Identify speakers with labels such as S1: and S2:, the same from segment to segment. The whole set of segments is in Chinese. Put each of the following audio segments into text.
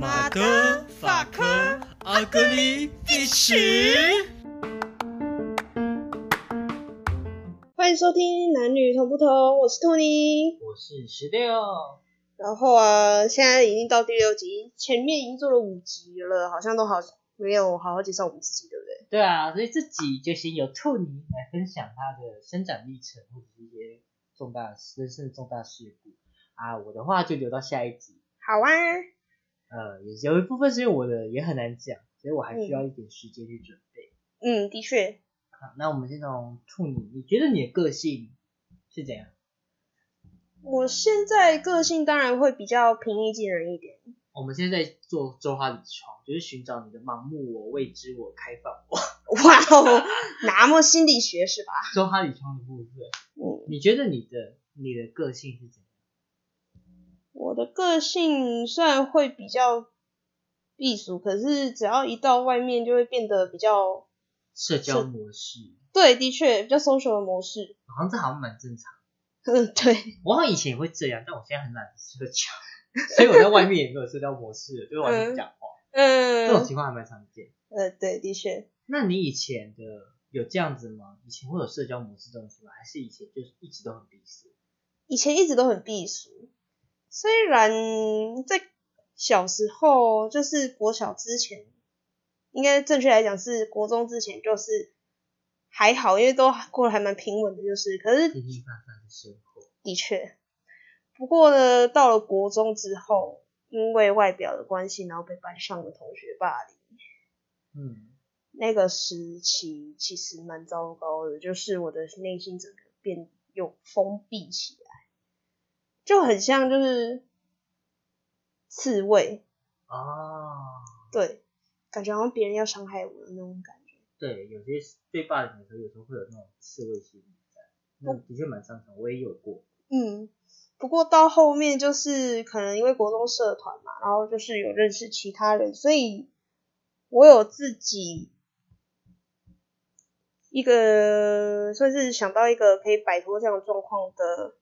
S1: 马德法科阿格里地区。
S2: 欢迎收听《男女同不同》，我是兔妮。
S3: 我是十六，
S2: 然后啊，现在已经到第六集，前面已经做了五集了，好像都好没有好好介绍我们自己，对不对？
S3: 对啊，所以这集就先由兔妮来分享她的生长历程或者是一些重大人生的重大事故啊，我的话就留到下一集，
S2: 好啊，
S3: 呃，也有一部分是因为我的也很难讲，所以我还需要一点时间去准备。
S2: 嗯，的确，
S3: 好，那我们先从兔妮，你觉得你的个性是怎样？
S2: 我现在个性当然会比较平易近人一点。
S3: 我们现在在做周哈里窗，就是寻找你的盲目我、未知我、开放我。
S2: 哇哦，那么心理学是吧？
S3: 周哈里窗的部分，
S2: 嗯，
S3: 你觉得你的你的个性是怎样？
S2: 我的个性虽然会比较避俗，可是只要一到外面就会变得比较
S3: 社交模式，
S2: 对，的确比较 social 的模式。
S3: 好像这好像蛮正常。
S2: 嗯， 对，
S3: 我好像以前也会这样，但我现在很懒得社交， 所以我在外面也没有社交模式了，就是完全不讲话。
S2: 嗯，
S3: 这种情况还蛮常见。
S2: 呃，对，的确，
S3: 那你以前的有这样子吗？以前会有社交模式这种情况，还是以前就是一直都很闭塞？
S2: 以前一直都很避俗，虽然在小时候，就是国小之前，应该正确来讲是国中之前，就是还好，因为都过得还蛮平稳的，就是，可是
S3: 平平凡凡的生活。
S2: 的确，不过呢，到了国中之后，因为外表的关系，然后被班上的同学霸凌。
S3: 嗯，
S2: 那个时期其实蛮糟糕的，就是我的内心整个变有封闭起来，就很像就是刺猬，
S3: 哦，
S2: 对，感觉好像别人要伤害我的那种感觉。
S3: 对，有些被霸凌的时候，有时候会有那种刺猬心理在，那的确蛮伤常，我也有过。
S2: 嗯，不过到后面就是可能因为国中社团嘛，然后就是有认识其他人，所以我有自己一个算是想到一个可以摆脱这样的状况的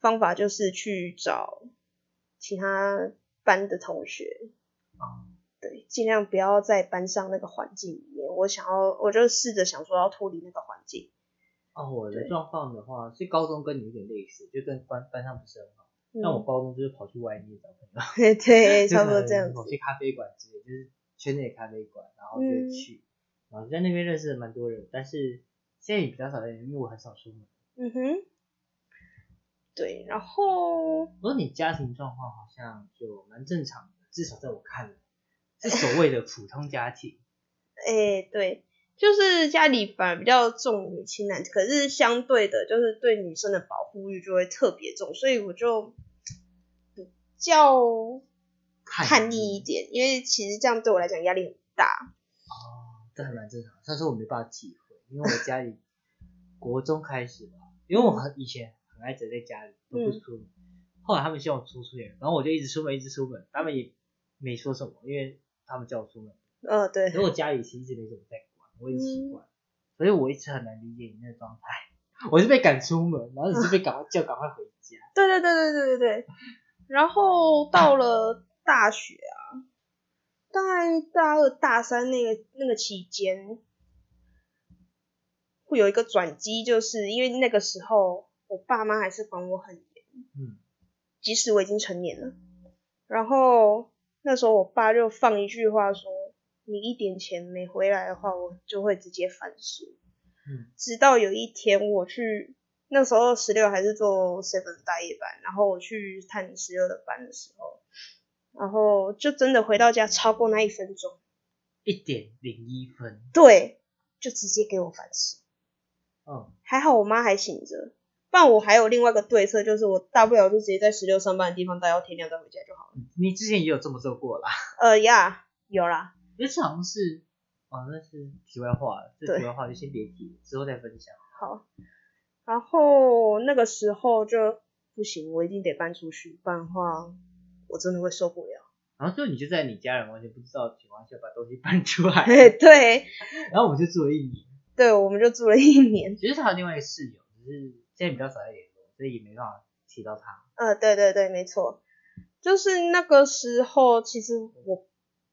S2: 方法，就是去找其他班的同学，
S3: 啊、
S2: 对，尽量不要在班上那个环境里面。我想要，我就试着想说要脱离那个环境。
S3: 哦，我的
S2: 对
S3: 状况的话，是高中跟你有点类似，就跟班班上不是很好。
S2: 嗯
S3: 但我高中就是跑去外面找朋友。
S2: 对，差不 多这样子
S3: 我。去咖啡馆之类，就是圈内咖啡馆，然后就
S2: 嗯
S3: 会去，然后就在那边认识了蛮多人，但是现在也比较少人，因为我很少出门。
S2: 嗯哼，对，然后
S3: 不过你家庭状况好像就蛮正常的，至少在我看来，是所谓的普通家庭。
S2: 诶、哎对，就是家里反而比较重女轻男，可是相对的，就是对女生的保护欲就会特别重，所以我就比较叛逆一点，因为其实这样对我来讲压力很大。
S3: 哦，这还蛮正常的。但是我没办法体会，因为我家里国中开始吧，因为我很以前很爱宅在家里，都不出门。后来他们希望我出出远门，然后我就一直出门，一直出门，他们也没说什么，因为他们叫我出门。
S2: 呃，对
S3: 可，是我家里其实一直没怎么在管，我也习惯，所以我一直很难理解你那个状态。我是被赶出门，然后你是被赶快叫赶快回家。
S2: 对对对对对对对。然后到了大学啊，大概大二大三那个那个期间，会有一个转机，就是因为那个时候我爸妈还是管我很严，
S3: 嗯，
S2: 即使我已经成年了。然后那时候我爸就放一句话说：“你一点钱没回来的话，我就会直接反锁。”
S3: 嗯，
S2: 直到有一天我去，那时候十六还是做 seven 大夜班，然后我去探十六的班的时候，然后就真的回到家超过那一分钟，
S3: 一点零一分，
S2: 对，就直接给我反锁。
S3: 嗯，
S2: 还好我妈还醒着，不然我还有另外一个对策，就是我大不了就直接在十六上班的地方待到天亮再回家就好了。
S3: 你之前也有这么做过啦。
S2: 呃呀，有啦，
S3: 因为这好像是，哦，那是题外话了，这
S2: 对
S3: 题外话就先别提，之后再分享。
S2: 好。然后那个时候就不行，我一定得搬出去，不然的话我真的会受不了。
S3: 然后最后你就在你家人完全不知道的情况下把东西搬出来，
S2: 对
S3: 然后我们就住了一年。
S2: 对，我们就住了一年。
S3: 其实他有另外一个室友，只是现在比较少在联络，所以也没办法提到他。
S2: 呃，对对对，没错。就是那个时候，其实我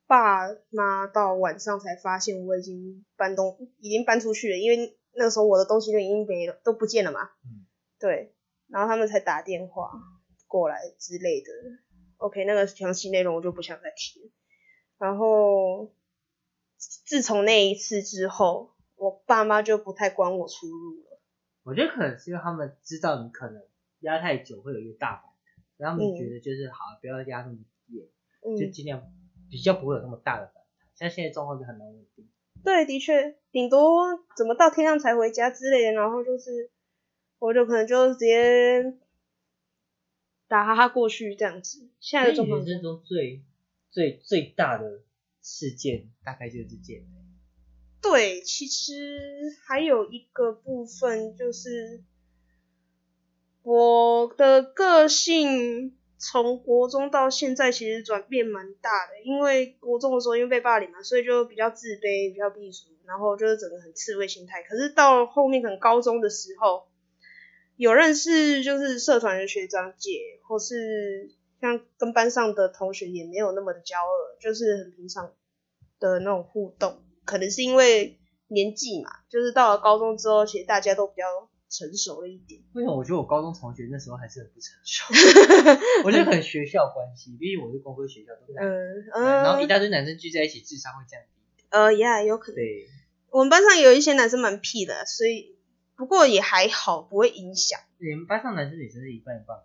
S2: 爸妈到晚上才发现我已经搬东，已经搬出去了，因为那时候我的东西都已经没了，都不见了嘛。
S3: 嗯。
S2: 对，然后他们才打电话过来之类的。OK，那个详细内容我就不想再提了。然后，自从那一次之后，我爸妈就不太管我出入了。
S3: 我觉得可能是因为他们知道你可能压太久会有一个大反弹，然后他们觉得就是好，不要压那么严，就
S2: 嗯，
S3: 尽量比较不会有那么大的反弹。像现在状况就很难稳定。
S2: 对，的确，顶多怎么到天亮才回家之类的，然后就是，我就可能就直接打哈哈过去这样子。现在的
S3: 所
S2: 状
S3: 以你
S2: 况
S3: 人生中最最最大的事件大概就是这件。
S2: 对，哎其实还有一个部分就是我的个性从国中到现在其实转变蛮大的，因为国中的时候因为被霸凌嘛，所以就比较自卑，比较避俗，然后就是整个很刺猬心态。可是到后面可能高中的时候，有认识就是社团的学长姐，或是像跟班上的同学也没有那么的骄傲，就是很平常的那种互动。可能是因为年纪嘛，就是到了高中之后，其实大家都比较成熟了一 点。
S3: 为什么我觉得我高中同学那时候还是很不成熟？ 我觉得可能学校关系，毕竟我是工科学校，都男，
S2: 嗯
S3: 然后一
S2: 嗯
S3: 大堆男生聚在一起，智商会降低。
S2: 呃，呀，有可能。
S3: 对，
S2: 我们班上有一些男生蛮屁的，所以不过也还好，不会影响。
S3: 你们班上男生女生是一半一半。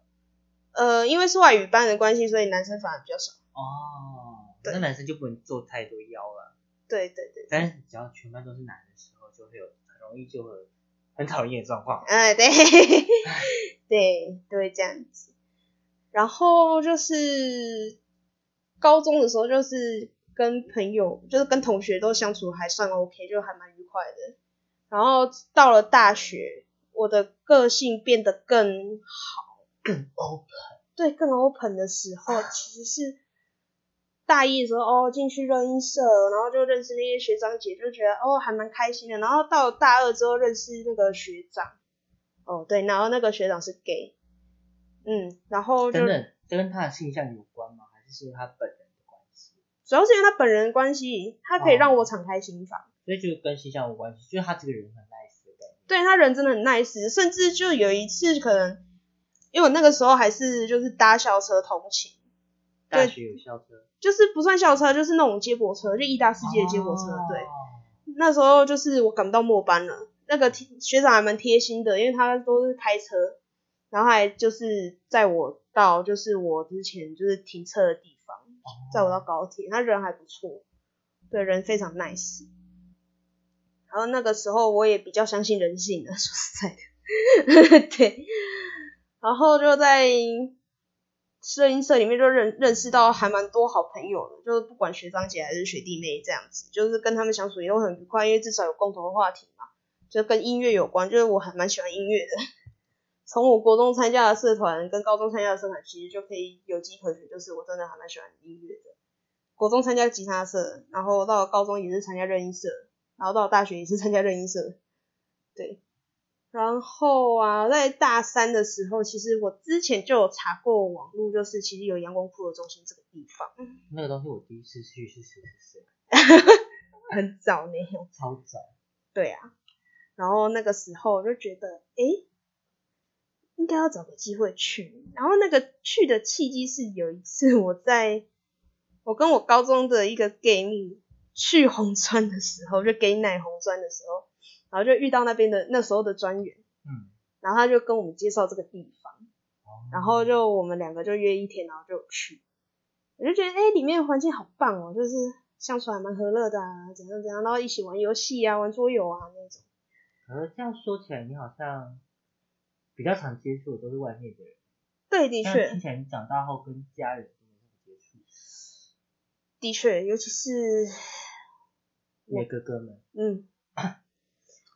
S2: 呃，因为是外语班的关系，所以男生反而比较少。
S3: 哦，
S2: 对
S3: 那男生就不能做太多妖了，
S2: 对对对，
S3: 但是只要全班都是男的时候，就会有很容易就会有很讨厌的状 况。
S2: 哎、对， 对，都会这样子。然后就是高中的时候，就是跟朋友，就是跟同学都相处还算 OK，就还蛮愉快的。然后到了大学，我的个性变得更
S3: 哦，
S2: 对更 open 的时候，
S3: 啊
S2: 其实是大一的时候哦，进去热音社，然后就认识那些学长姐，就觉得哦还蛮开心的。然后到大二之后认识那个学长，哦对，然后那个学长是 gay，嗯，然后就
S3: 等等，这跟他的性向有关吗？还是是因为他本人的关系？
S2: 主要是因为他本人的关系，他可以
S3: 哦
S2: 让我敞开心房。
S3: 所以就跟性向无关系，就是他这个人很 nice 的感觉。
S2: 对他人真的很 nice，甚至就有一次可能，因为我那个时候还是就是搭校车通勤，
S3: 大学有校车，
S2: 就是不算校车，就是那种接驳车，就义大世界的接驳车，
S3: 哦
S2: 对。那时候就是我赶不到末班了，那个贴学长还蛮贴心的，因为他都是开车，然后还就是载我到就是我之前就是停车的地方，载我到高铁，他人还不错，对，人非常 nice。然后那个时候我也比较相信人性的， 说实在的，对。然后就在摄影社里面就认认识到还蛮多好朋友的，就是不管学长姐还是学弟妹这样子，就是跟他们相处也都很愉快，因为至少有共同的话题嘛，就跟音乐有关，就是我还蛮喜欢音乐的。 从我国中参加的社团跟高中参加的社团，其实就可以有迹可循，就是我真的还蛮喜欢音乐的。国中参加吉他社，然后到了高中也是参加热音社，然后到了大学也是参加热音社，对。然后啊，在大三的时候，其实我之前就有查过网络，就是其实有阳光酷儿中心这个地方，
S3: 那个东西我第一次去是谁谁谁，
S2: 很早呢。
S3: 超早。
S2: 对啊，然后那个时候我就觉得，诶，应该要找个机会去。然后那个去的契机是有一次我在我跟我高中的一个 gay 蜜去红砖的时候，就 gay 奶红砖的时候，然后就遇到那边的那时候的专员，
S3: 嗯，
S2: 然后他就跟我们介绍这个地方。然后就我们两个就约一天，然后就去。我就觉得，哎、里面的环境好棒哦，就是相处还蛮和乐的啊，怎样怎样，然后一起玩游戏啊，玩桌游啊那种。
S3: 可是这样说起来，你好像比较常接触的都是外面的人，
S2: 对，
S3: 但
S2: 的
S3: 听
S2: 确，
S3: 起来你长大后跟家人都没什么接触，
S2: 的确，尤其是，
S3: 你的哥哥们
S2: 嗯，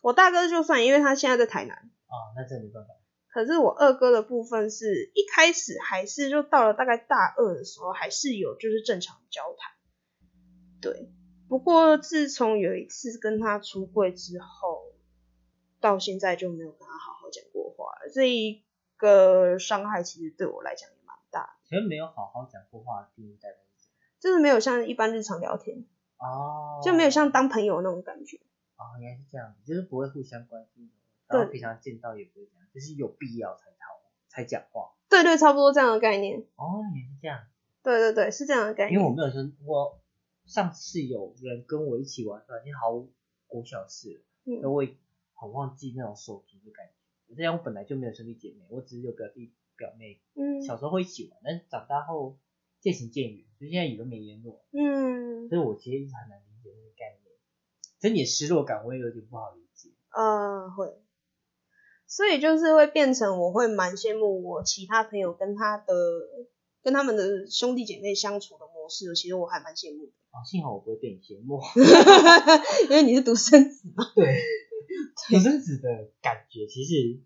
S2: 我大哥就算，因为他现在在台南，
S3: 哦，那这没办法。
S2: 可是我二哥的部分是一开始还是就到了大概大二的时候，还是有就是正常交谈。对，不过自从有一次跟他出柜之后，到现在就没有跟他好好讲过话了。这一个伤害其实对我来讲也蛮大，
S3: 前面没有好好讲过话的定义代表是什么
S2: 就是没有像一般日常聊天，
S3: 哦，
S2: 就没有像当朋友那种感觉。
S3: 哦，原来是这样子，就是不会互相关心，然后
S2: 对
S3: 平常见到也不会讲，就是有必要才讨才讲话。
S2: 对对，差不多这样的概念。
S3: 哦，原来是这样，
S2: 对对对，是这样的概
S3: 因
S2: 念。
S3: 为我没有说，我上次有人跟我一起玩团，已经好国小事了，那
S2: 嗯
S3: 我也很忘记那种手足的感觉。我这样我本来就没有兄弟姐妹，我只是有表弟表妹，
S2: 嗯
S3: 小时候会一起玩，但是长大后渐行渐远，所以现在也都没联络，
S2: 嗯
S3: 所以我其实一直很难理解那个概念，整点失落感我也有点不好理解。
S2: 呃会，所以就是会变成我会蛮羡慕我其他朋友跟他的跟他们的兄弟姐妹相处的模式，其实我还蛮羡慕的，
S3: 哦，幸好我不会被你羡慕。
S2: 因为你是独生子嘛。
S3: 对，独生子的感觉其实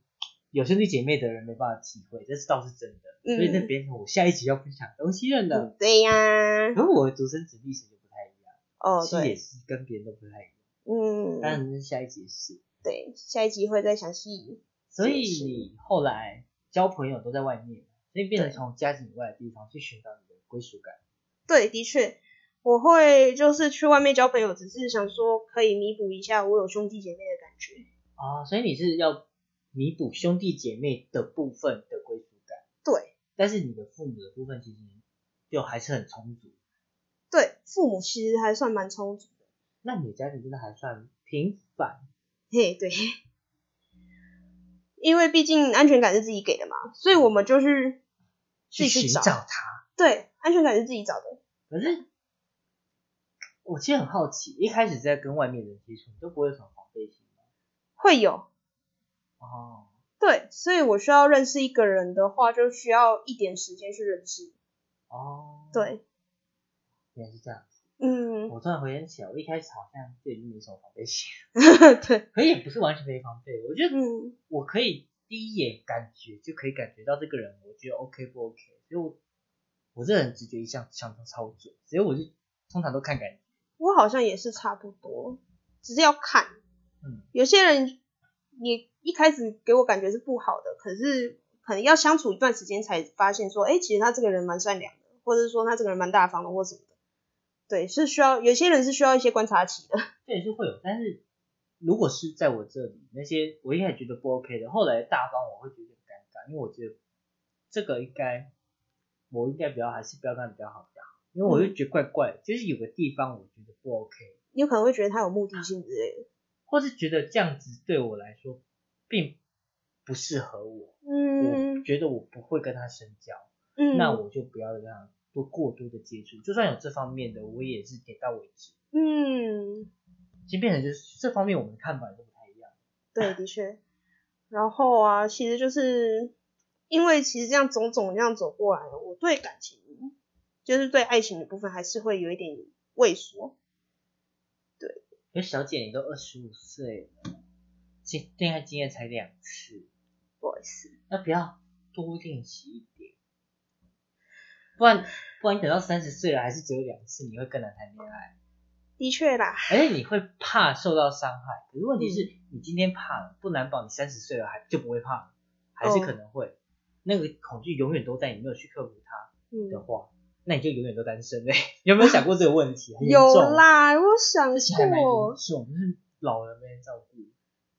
S3: 有兄弟姐妹的人没办法体会，这是倒是真的。所以那
S2: 嗯，
S3: 变成我下一集要分享的东西了呢。
S2: 对呀、
S3: 可是我的独生子历史就不太一样，
S2: 哦
S3: 其实也
S2: 对，
S3: 是跟别人都不太一样。当
S2: 嗯，
S3: 然是下一集是，
S2: 对，下一集会再详细。
S3: 所以
S2: 是
S3: 你后来交朋友都在外面，所以变成
S2: 对
S3: 从家庭以外的地方去寻找你的归属感。
S2: 对，的确，我会就是去外面交朋友，只是想说可以弥补一下我有兄弟姐妹的感觉。
S3: 哦，所以你是要弥补兄弟姐妹的部分的归属感。
S2: 对，
S3: 但是你的父母的部分其实就还是很充足。
S2: 对，父母其实还算蛮充足的。
S3: 那你的家庭真的还算平凡
S2: 嘿，对， 因为毕竟安全感是自己给的嘛，所以我们就去自
S3: 去
S2: 己去
S3: 寻
S2: 找
S3: 找他。
S2: 对安全感是自己找的。
S3: 可是我其实很好奇，一开始在跟外面人接触，你都不会有什么防备心吗？
S2: 会有
S3: 哦，
S2: 对，所以我需要认识一个人的话，就需要一点时间去认识。
S3: 哦，，
S2: 对，
S3: 原来是这样子。
S2: 嗯，
S3: 我突然回想起来，我一开始好像就已经没什么防备心，
S2: 对，
S3: 可也不是完全没防备。我觉得
S2: 嗯，
S3: 我可以第一眼感觉就可以感觉到这个人，我觉得 OK 不 OK，所以我我这人直觉一向相当超准，所以我就通常都看感觉。
S2: 我好像也是差不多，只是要看。
S3: 嗯，
S2: 有些人你一开始给我感觉是不好的，可是可能要相处一段时间才发现说，哎、其实他这个人蛮善良的，或者是说他这个人蛮大方的，或什么的。对，是需要有些人是需要一些观察期的。
S3: 这也是会有，但是如果是在我这里，那些我一开始觉得不 OK 的，后来大方我会觉得很尴尬，因为我觉得这个应该我应该比较还是不要干比较好比较好，因为我就觉得怪怪，就是有个地方我觉得不 OK，
S2: 你有可能会觉得他有目的性之类的。
S3: 或是觉得这样子对我来说并不适合我，我
S2: 嗯
S3: 觉得我不会跟他深交，
S2: 嗯，
S3: 那我就不要跟他多过多的接触，就算有这方面的，我也是点到为止。
S2: 嗯，
S3: 已经变成就是这方面我们的看法都不太一样。
S2: 对，的确。然后啊，其实就是因为其实这样种种这样走过来，我对感情就是对爱情的部分还是会有一点畏缩。
S3: 可是小姐，你都二十五岁了，经恋爱经验才两次，
S2: 不好意思。
S3: 要不要多练习一点？不然不然你等到三十岁了还是只有两次，你会更难谈恋爱，
S2: 的确啦，
S3: 而且你会怕受到伤害。可是问题
S2: 嗯
S3: 是你今天怕了，不难保你三十岁了还就不会怕了，还
S2: 哦
S3: 是可能会。那个恐惧永远都在，你没有去克服它的
S2: 嗯，
S3: 话，那你就永远都单 身嘞、有没有想过这个问题？很严
S2: 有
S3: 重，
S2: 啦，我想
S3: 而且还蛮严
S2: 过
S3: 重，，就是老人没人照顾。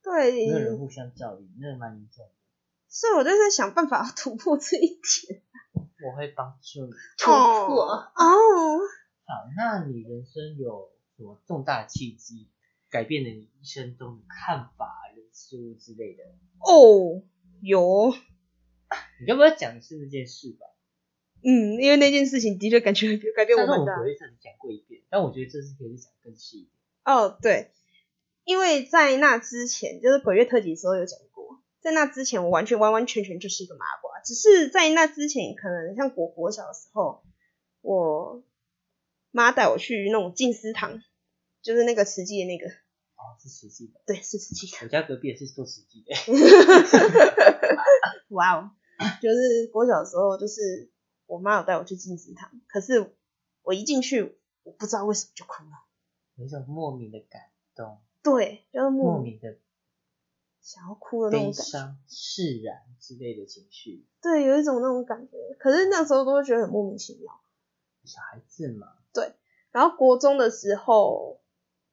S2: 对
S3: 没有，人互相教育，那蛮严重的。
S2: 所以我就在想办法突破这一点。
S3: 我会帮助你。
S2: 哦 哦，
S3: 好，那你人生有什么重大契机改变了你一生中的看法、人事物之类的？
S2: 哦，有，
S3: 你要不要讲的是那件事吧？
S2: 嗯，因为那件事情的确感觉改变我
S3: 上次我们
S2: 蛮大的。
S3: 回忆上你讲过一遍，但我觉得这次可以讲更细一点。
S2: 哦，对，因为在那之前，就是鬼月特辑的时候有讲过，在那之前我完全完完全全就是一个麻瓜，只是在那之前，可能像我国小的时候，我妈带我去那种静思堂，就是那个慈济的那个，
S3: 哦，是实际的。
S2: 对，是慈济的。
S3: 我家隔壁也是做实际的。
S2: 哇哦， 就是我小时候，就是我妈有带我去金石堂，可是我一进去，我不知道为什么就哭了。
S3: 有一种莫名的感动，
S2: 对，就是
S3: 莫
S2: 莫名
S3: 名的
S2: 想要哭嗯的那
S3: 悲
S2: 种感觉，
S3: 伤、释然之类的情绪。
S2: 对，有一种那种感觉。可是那时候都会觉得很莫名其妙。
S3: 小孩子嘛，
S2: 然后国中的时候，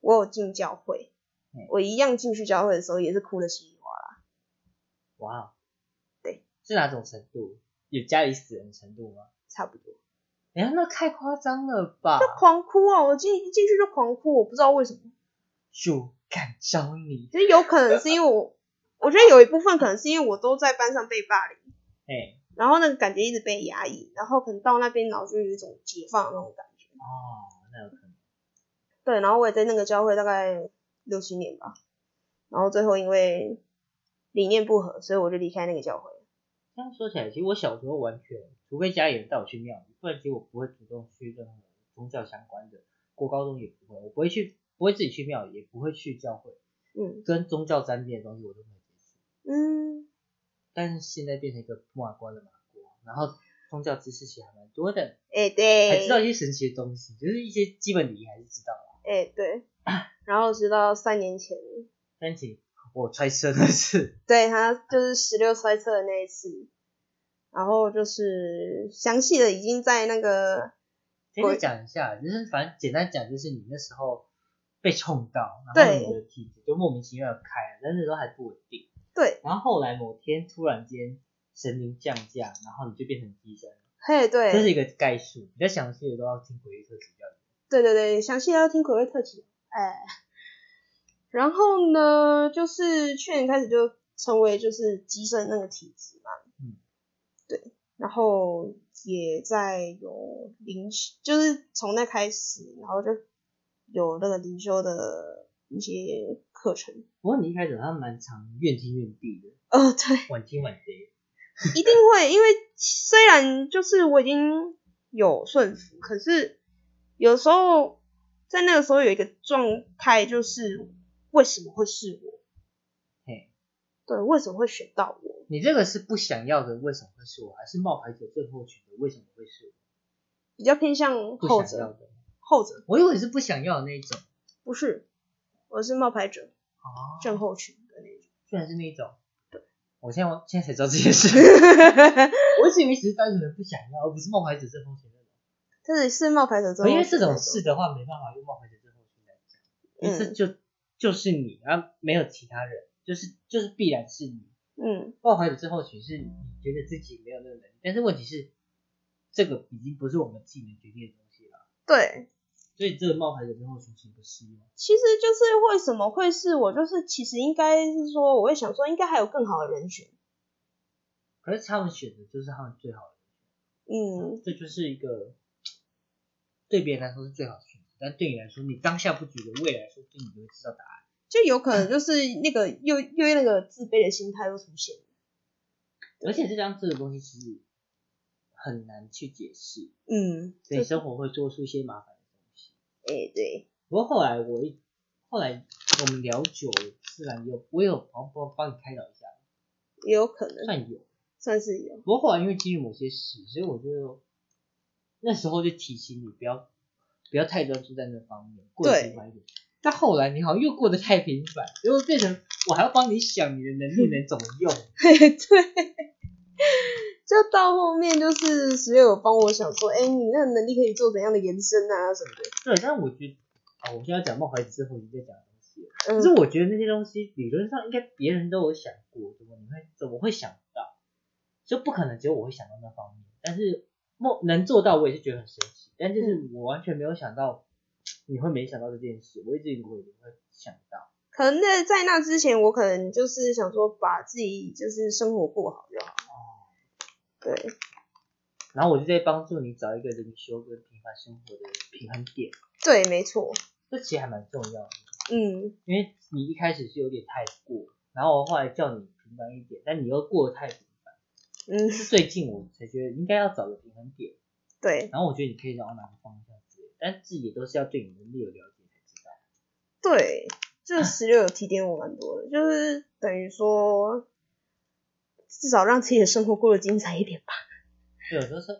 S2: 我有进教会
S3: 嗯，
S2: 我一样进去教会的时候也是哭的稀里哗啦。
S3: 哇，哦
S2: 对，
S3: 是哪种程度？有家里死人程度吗？
S2: 差不多，
S3: 哎呀，那太夸张了吧！
S2: 就狂哭啊！我进一进去就狂哭，我不知道为什么，
S3: 主感召你，
S2: 就是有可能是因为我， 我觉得有一部分可能是因为我都在班上被霸凌，
S3: 哎，
S2: 然后那个感觉一直被压抑，然后可能到那边脑就有一种解放的那种感觉。
S3: 哦，那有可能，
S2: 对，然后我也在那个教会大概六七年吧，然后最后因为理念不合，所以我就离开那个教会。
S3: 这样说起来，其实我小时候完全，除非家里人带我去庙里，不然其实我不会主动去任何宗教相关的。过高中也不会，我不会去，不会自己去庙里，也不会去教会，
S2: 嗯
S3: 跟宗教沾边的东西我都没有接触。
S2: 嗯，
S3: 但是现在变成一个不麻瓜的麻瓜，然后宗教知识其实还蛮多的，
S2: 哎、
S3: 还
S2: 对，
S3: 知道一些神奇的东西，就是一些基本礼仪还是知道的。
S2: 哎、 对，然后直到三年前，
S3: 但其实我揣测的是，
S2: 对他就是十六猜测的那一次，然后就是详细的已经在那个
S3: 简单讲一下，就是反正简单讲就是你那时候被冲到，然后
S2: 对
S3: 你的体质就莫名其妙地开了，但那时候还不稳定。
S2: 对，
S3: 然后后来某天突然间神灵降驾，然后你就变成医生，
S2: 嘿，对，
S3: 这是一个概述，比较详细的都要听鬼月特辑比较有。
S2: 对对对，详细要听鬼味特辑，哎，然后呢，就是去年开始就成为就是机身那个体质嘛，
S3: 嗯，
S2: 对，然后也在有灵，就是从那开始，然后就有那个灵修的一些课程，
S3: 不过你一开始好像蛮常怨天怨地的，
S2: 哦，对，
S3: 晚听晚跌。
S2: 一定会，因为虽然就是我已经有顺服，可是有时候在那个时候有一个状态，就是为什么会是我？
S3: 嘿，
S2: 对，为什么会选到我？
S3: 你这个是不想要的，为什么会是我？还是冒牌者最后选的，为什么会是
S2: 比较偏向
S3: 我？不
S2: 后
S3: 想要
S2: 者，
S3: 的。
S2: 后者
S3: 我以为你是不想要的那一种。
S2: 不是，我是冒牌者
S3: 哦，
S2: 症候群的那种。
S3: 居然是那一种。我现在现在才知道这件事， 我以为只是单纯的不想要，而不是冒牌者这风险那种。
S2: 这里是冒牌者症候群，
S3: 因为这种事，的话，没办法用冒牌者这风险来讲，因为这
S2: 嗯
S3: 就就是你啊，没有其他人，就是就是必然是你。
S2: 嗯，
S3: 冒牌者症候群是你觉得自己没有那个能力，但是问题是，这个已经不是我们自己能决定的东西了，
S2: 对，
S3: 所以这个冒牌者症候群是不适用。
S2: 其实就是为什么会是我，就是其实应该是说，我会想说，应该还有更好的人选。
S3: 可是他们选的就是他们最好
S2: 嗯
S3: 的，，这就是一个对别人来说是最好的选择，但对你来说，你当下不觉得，未来说不定你就会知道答案。
S2: 就有可
S3: 嗯
S2: 能就是那个又又那个自卑的心态又出现。
S3: 而且这张这个东西其实很难去解释，
S2: 嗯，
S3: 所以生活会做出一些麻烦的东西。
S2: 哎、对，
S3: 不过后来我一后来我们聊久了，自然有我有帮帮帮你开导一下，
S2: 也有可能
S3: 算有。
S2: 算是有。
S3: 不过后来因为基于某些事，所以我就那时候就提醒你不要不要太专注在那方面，过得
S2: 对
S3: 平凡一点。但后来你好像又过得太平凡，结果变成我还要帮你想你的能力能怎么用。
S2: 嘿嘿，对。 就到后面就是十月有帮我想说，哎、你那个能力可以做怎样的延伸啊什么的。
S3: 对，但我觉得啊，我现在讲冒牌子之后，你再讲的东西了。可是
S2: 嗯，
S3: 我觉得那些东西理论上应该别人都有想过，怎么你会怎么会想不到？就不可能只有我会想到那方面。但是梦能做到，我也是觉得很神奇。但就是我完全没有想到你会没想到这件事，我一直以为你会想到。
S2: 可能在在那之前，我可能就是想说把自己就是生活过好就好。
S3: 哦。
S2: 对，
S3: 然后我就在帮助你找一个灵修跟平凡生活的平衡点，
S2: 对，没错。
S3: 这其实还蛮重要的。
S2: 嗯，
S3: 因为你一开始是有点太过，然后我后来叫你平凡一点，但你又过得太平凡。
S2: 嗯
S3: 是最近我才觉得应该要找个平衡点，
S2: 对
S3: 然后我觉得你可以往哪个方向之类，但自己也都是要对你的能力有了解才知道。
S2: 对，这十六有提点我蛮多的，就是等于说，至少让自己的生活过得精彩一点吧。
S3: 对，有时候是，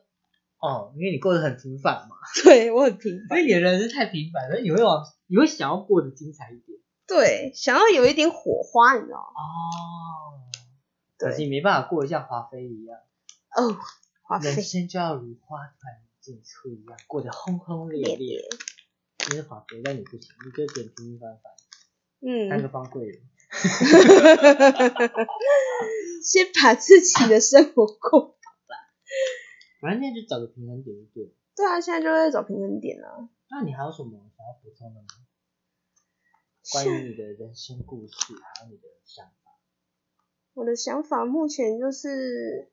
S3: 哦，因为你过得很平凡嘛，
S2: 对我很平
S3: 所
S2: 凡，
S3: 以你的人生太平凡，所以你会往，你会想要过得精彩一点。
S2: 对，想要有一点火花，你知道吗？
S3: 哦，可惜
S2: 对，
S3: 没办法过得像华妃一样，
S2: 哦，花
S3: 人
S2: 费
S3: 生就要如花团锦簇一样，过得轰轰烈
S2: 烈
S3: 烈
S2: 烈。，
S3: 你是华妃，但你不行，你就只能平平凡凡，当个
S2: 嗯，
S3: 方贵人。
S2: 先把自己的生活过。
S3: 反正现在就找个平衡点就对了。
S2: 对啊，现在就在找平衡点啊。
S3: 那你还有什么想要补充的吗？关于你的人生故事，还有你的想法。
S2: 我的想法目前就是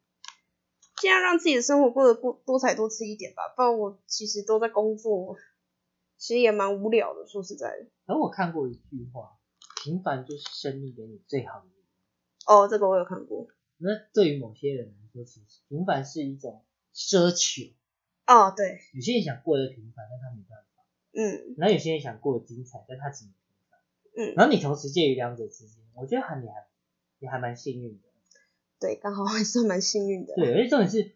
S2: 尽量让自己的生活过得多多彩多姿一点吧，不然我其实都在工作，其实也蛮无聊的。说实在的，
S3: 而我看过一句话：平凡就是生命给你最好的礼物。
S2: 哦，这个我有看过。
S3: 那对于某些人来说，其实平凡是一种奢求。
S2: 哦，对，
S3: 有些人想过得平凡，但他没办法；
S2: 嗯
S3: 然后有些人想过得精彩，但他只能平凡。
S2: 嗯，
S3: 然后你同时介于两者之间，我觉得还你还你还蛮幸运的。
S2: 对，刚好还算蛮幸运的。
S3: 对，而且重点是，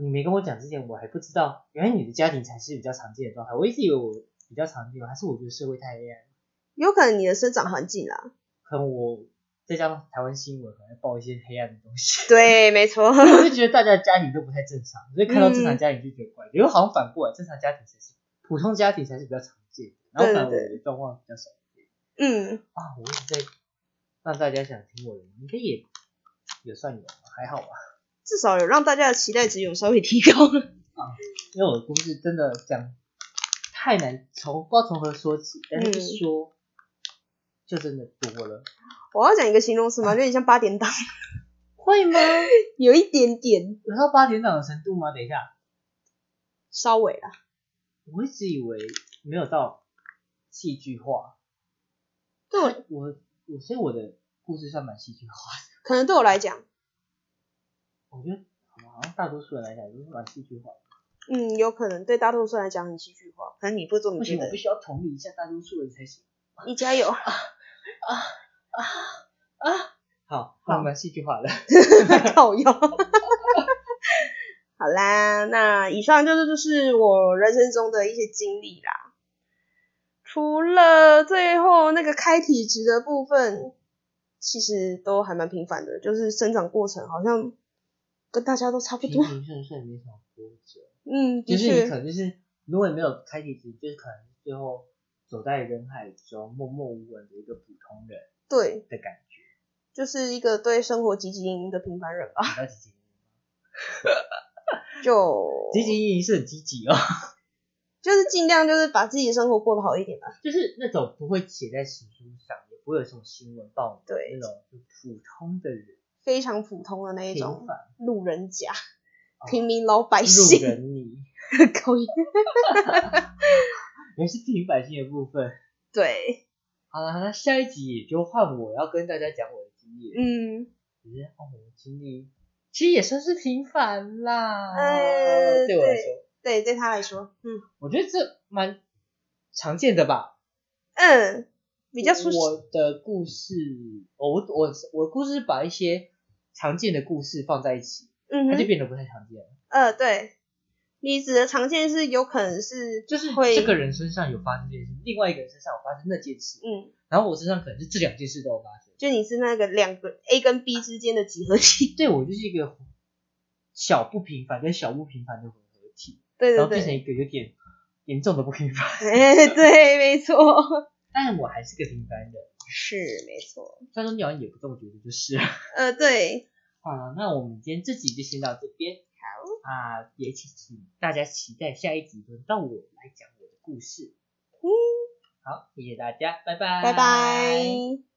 S3: 你没跟我讲之前，我还不知道，原来你的家庭才是比较常见的状态。我一直以为我比较常见，还是我觉得社会太黑暗，
S2: 有可能你的生长环境啦。
S3: 可能我再加上台湾新闻，可能报一些黑暗的东西。
S2: 对，没错。
S3: 我就觉得大家的家庭都不太正常，所以看到正
S2: 嗯
S3: 常家庭就觉得怪，因为好像反过来，正常家庭才是普通家庭才是比较常见的，然后反而我
S2: 对对
S3: 的状况比较少一点
S2: 嗯，
S3: 啊。我一直在让大家想听我的，应该也也算有吧，还好吧，
S2: 至少有让大家的期待值有稍微提高。
S3: 因为我的故事真的讲太难，从不知道从何说起，但
S2: 嗯
S3: 是一说、就真的多了，
S2: 我要讲一个形容词吗？有点像八点档，
S3: 会吗？
S2: 有一点点，
S3: 有到八点档的程度吗？等一下，
S2: 稍微啦。
S3: 我一直以为没有到戏剧化。
S2: 对我，
S3: 我我所以我的故事算蛮戏剧化的，
S2: 可能对我来讲，
S3: 我觉得好像大多数人来讲都是蛮戏剧化的。
S2: 嗯，有可能对大多数人来讲很戏剧化，可能你不这么
S3: 不
S2: 觉
S3: 行，我
S2: 得
S3: 必。须要同理一下大多数人才行。
S2: 你加油！
S3: 好，那我蛮戏剧化的。
S2: 靠腰。 好啦，那以上就是就是我人生中的一些经历啦。除了最后那个开体值的部分，其实都还蛮平凡的，就是生长过程好像跟大家都差不
S3: 平
S2: 多。
S3: 平顺顺，没什么波折。
S2: 嗯，
S3: 就
S2: 的
S3: 是你
S2: 确
S3: 可，能就是如果你没有开启自己，就是可能最后走在人海中默默无闻的一个普通人
S2: 对，
S3: 的感觉。
S2: 就是一个对生活汲汲营营的平凡人啊吧。
S3: 你知道积极营营吗？
S2: 就
S3: 积极营营是很积 极哦，
S2: 就是尽量就是把自己的生活过得好一点吧。
S3: 就是那种不会写在史书上，也不会有什么新闻报道的
S2: 对
S3: 那种就普通的人，
S2: 非常普通的那一
S3: 平
S2: 种
S3: 凡
S2: 路人甲、
S3: 哦
S2: 平民老百
S3: 路
S2: 姓，
S3: 人 迷。
S2: 高一
S3: 原来是平百姓的部分。
S2: 对，
S3: 好了，那下一集也就换我要跟大家讲我的经历了。
S2: 嗯，
S3: 只是换我的经历，其实也算是平凡啦。
S2: 哎
S3: 对我来说，
S2: 对，对他来说，嗯
S3: 我觉得这蛮常见的吧。
S2: 嗯，比较出
S3: 我的故事，我我我的故事把一些常见的故事放在一起，
S2: 嗯
S3: 它就
S2: 哼，
S3: 变得不太常见了。
S2: 呃，对，你指的常见是有可能是嗯
S3: 就是
S2: 会
S3: 这个人身上有发生这件事，另外一个人身上有发生那件事，
S2: 嗯，
S3: 然后我身上可能是这两件事都有发生。
S2: 就你是那个两个 A 跟 B 之间的几何体，
S3: 对我就是一个小不平凡跟小不平凡的混合体，
S2: 对
S3: 然
S2: 对
S3: 后变成
S2: 对，
S3: 一个有点严重的不平 凡，
S2: 哎，对，没错，
S3: 但我还是个平凡人。
S2: 是没错，
S3: 虽然说你好像也不这么觉得，就是。
S2: 呃，对，
S3: 好了，那我们今天这集就先到这边。好啊，也请请大家期待下一集轮到我来讲我的故事。好，谢谢大家，拜拜，
S2: 拜拜。